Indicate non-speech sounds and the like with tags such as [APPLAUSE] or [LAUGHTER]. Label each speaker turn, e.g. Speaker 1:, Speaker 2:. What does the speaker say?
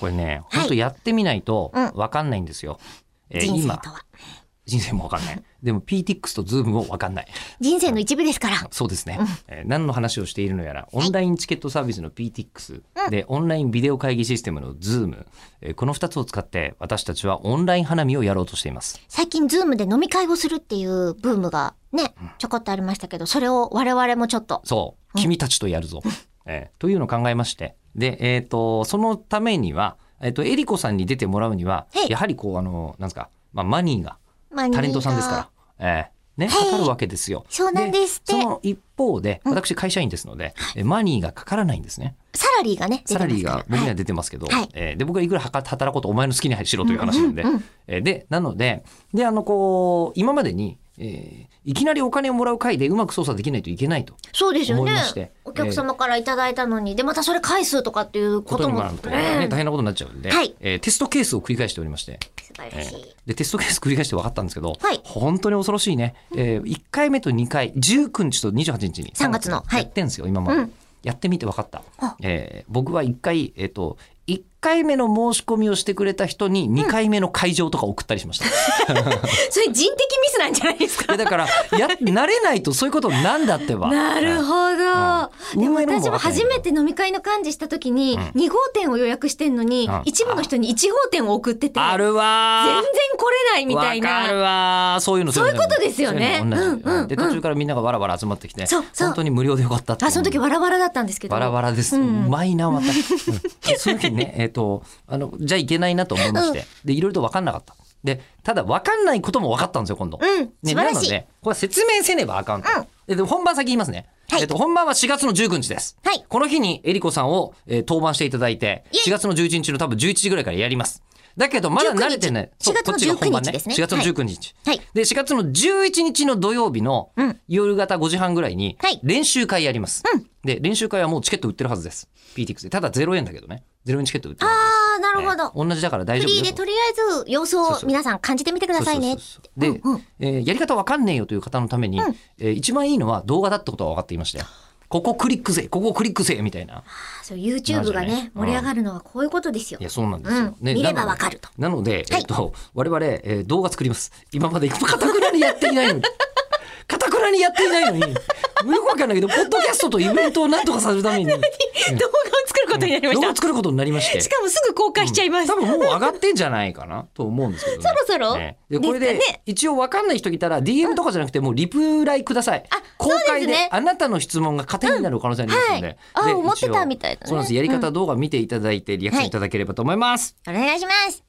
Speaker 1: これね、
Speaker 2: はい
Speaker 1: ほんとやってみないと
Speaker 2: うん
Speaker 1: わかんないんですよ。えー
Speaker 2: 人生
Speaker 1: 今
Speaker 2: とは。
Speaker 1: 人生もわかんない。でも PTX と Zoom もわかんない。
Speaker 2: 人生の一部ですから。
Speaker 1: そうですね、えー何の話をしているのやら、オンラインチケットサービスの PTX、で、オンラインビデオ会議システムの Zoom、えーこの2つを使って私たちはオンライン花見をやろうとしています。
Speaker 2: 最近ズームで飲み会をするっていうブームがね、ちょこっとありましたけど、それを我々もちょっと。
Speaker 1: そう、君たちとやるぞ。えーというのを考えまして、で、えっ、と、そのためには、えっ、と、エリコさんに出てもらうには
Speaker 2: は、い
Speaker 1: やはりこう、あの、なんですか、まあ、マニーが、
Speaker 2: まあ
Speaker 1: タレントさんですから。、えーね、かかるわけですよ。
Speaker 2: そうなんですって
Speaker 1: その一方で、私会社員ですので、えマニーがかからないんですね。
Speaker 2: サラリーがね、出
Speaker 1: サ
Speaker 2: て
Speaker 1: ラ
Speaker 2: ます
Speaker 1: リー
Speaker 2: から
Speaker 1: が僕に
Speaker 2: は
Speaker 1: はい出てますけど、
Speaker 2: はい
Speaker 1: えーで僕はいくら働こうとお前の好きにしろという話なんで、
Speaker 2: うんうんうん
Speaker 1: えーでなのでであのこう今までに、えーいきなりお金をもらう回でうまく操作できないといけないと
Speaker 2: そうですよ
Speaker 1: 思い
Speaker 2: ね
Speaker 1: まして。
Speaker 2: お客様からいただいたのに、で、またそれ返すとかっていう
Speaker 1: こ
Speaker 2: ことと
Speaker 1: にも
Speaker 2: も
Speaker 1: なると、ね
Speaker 2: ね。
Speaker 1: 大変なことになっちゃうんで、
Speaker 2: はい
Speaker 1: えーテストケースを繰り返しておりまして。
Speaker 2: 素晴らしい。
Speaker 1: でテストケース繰り返して分かったんですけど、
Speaker 2: はい
Speaker 1: 本当に恐ろしいね、えー、1回目と2回19日と28日に
Speaker 2: 3月のは
Speaker 1: や
Speaker 2: い
Speaker 1: ってんですよ今まで、
Speaker 2: うん
Speaker 1: やってみて分かった
Speaker 2: あ、
Speaker 1: えー僕は1回えっ、と1回目の申し込みをしてくれた人に2回目の会場とか送ったりしま
Speaker 2: [LAUGHS]
Speaker 1: した、
Speaker 2: それ人的ミスなんじゃないですか
Speaker 1: いやだからや慣れないとそういうことなんだってば
Speaker 2: な
Speaker 1: はい
Speaker 2: るほど、
Speaker 1: うん
Speaker 2: でも
Speaker 1: 運営のも
Speaker 2: 私も
Speaker 1: 分かんない
Speaker 2: 初
Speaker 1: けど
Speaker 2: めて飲み会の幹事した時に
Speaker 1: うん
Speaker 2: 2号店を予約してんのに
Speaker 1: うん
Speaker 2: 一部の人に1号店を送ってて
Speaker 1: あ
Speaker 2: 全然
Speaker 1: るわ
Speaker 2: 来
Speaker 1: ー
Speaker 2: れないみたい
Speaker 1: わかる
Speaker 2: な
Speaker 1: わーそういうの
Speaker 2: そういうことですよね
Speaker 1: そういうの同じ
Speaker 2: うんうん
Speaker 1: で
Speaker 2: うん
Speaker 1: 途中からみんながわらわら集まってきて
Speaker 2: そうそう
Speaker 1: 本当に無料でよかったって
Speaker 2: あその時バラバラだったんですけど
Speaker 1: バラバラです。う
Speaker 2: うん
Speaker 1: まいな、また。うん
Speaker 2: [LAUGHS]
Speaker 1: その時にね、えっ、と、あの、じゃあいけないなと思いまして、で、いろいろと分かんなかった。で、ただ分かんないことも分かったんですよ、今度。
Speaker 2: うん
Speaker 1: ね
Speaker 2: 素晴ら
Speaker 1: なの
Speaker 2: しい、
Speaker 1: で、これは説明せねばあかんと。
Speaker 2: うん
Speaker 1: でで本番先言いますね。
Speaker 2: はい
Speaker 1: えっと、本番は4月の19日です。
Speaker 2: はい
Speaker 1: この日にえりこさんを、えー登板していただいて、
Speaker 2: イエイ
Speaker 1: 4月の11日の多分11時ぐらいからやります。だけど、まだ慣れてない。
Speaker 2: 19日
Speaker 1: そうこっちが本番ね
Speaker 2: 4月の19日ですね
Speaker 1: 4月の19日。
Speaker 2: はい
Speaker 1: で、4月の11日の土曜日の
Speaker 2: うん
Speaker 1: 夜方5時半ぐらいに
Speaker 2: はい
Speaker 1: 練習会やります。
Speaker 2: うん
Speaker 1: で、練習会はもうチケット売ってるはずです。PTX で。ただ0円だけどね。0円チケット売ってるは
Speaker 2: あーなる
Speaker 1: ずです
Speaker 2: ほど、
Speaker 1: えー同じだから大
Speaker 2: フ
Speaker 1: 丈夫
Speaker 2: リーでとりあえず様子
Speaker 1: そう
Speaker 2: を
Speaker 1: そう
Speaker 2: 皆さん感じてみてくださいね
Speaker 1: そうそうそうそうで、
Speaker 2: うんうん
Speaker 1: えーやり方わかんねえよという方のために、
Speaker 2: うん
Speaker 1: えー一番いいのは動画だってことは分かっていましたよ。ここクリックせここクリックせみたいな。
Speaker 2: あそう YouTube がね
Speaker 1: うん
Speaker 2: 盛り上がるのはこういうことですよ [LAUGHS]
Speaker 1: いや、そうなんですよ。
Speaker 2: うん見れ
Speaker 1: なので
Speaker 2: ばわかると
Speaker 1: なので、
Speaker 2: はい
Speaker 1: えっと、我々、えー動画作ります。今まで、かたくなにやっていないのに。 [LAUGHS] かたくなにやっていないのに。よくわかんないけど、ポッドキャストとイベントをなんとかさせるた
Speaker 2: [LAUGHS]
Speaker 1: めに、
Speaker 2: 動画を作ることになり
Speaker 1: 動画作ることになりまして。
Speaker 2: かもすぐ公開しちゃいま
Speaker 1: 多分もう上がってんじゃないかなと思うんですけどね。そ
Speaker 2: ろ [LAUGHS] そろ
Speaker 1: ね、でこれで
Speaker 2: ですかね
Speaker 1: 一応わかんない人いたら DM とかじゃなくてもうリプライください。公
Speaker 2: そうで
Speaker 1: 開
Speaker 2: す
Speaker 1: で
Speaker 2: ね
Speaker 1: あなたの質問が糧になる可能性ありますので。
Speaker 2: うんはいあ
Speaker 1: で
Speaker 2: 思ってた
Speaker 1: 一応
Speaker 2: みたいなね
Speaker 1: そうなんです。やり方動画見ていただいてリアクションいただければと思います。
Speaker 2: お願いします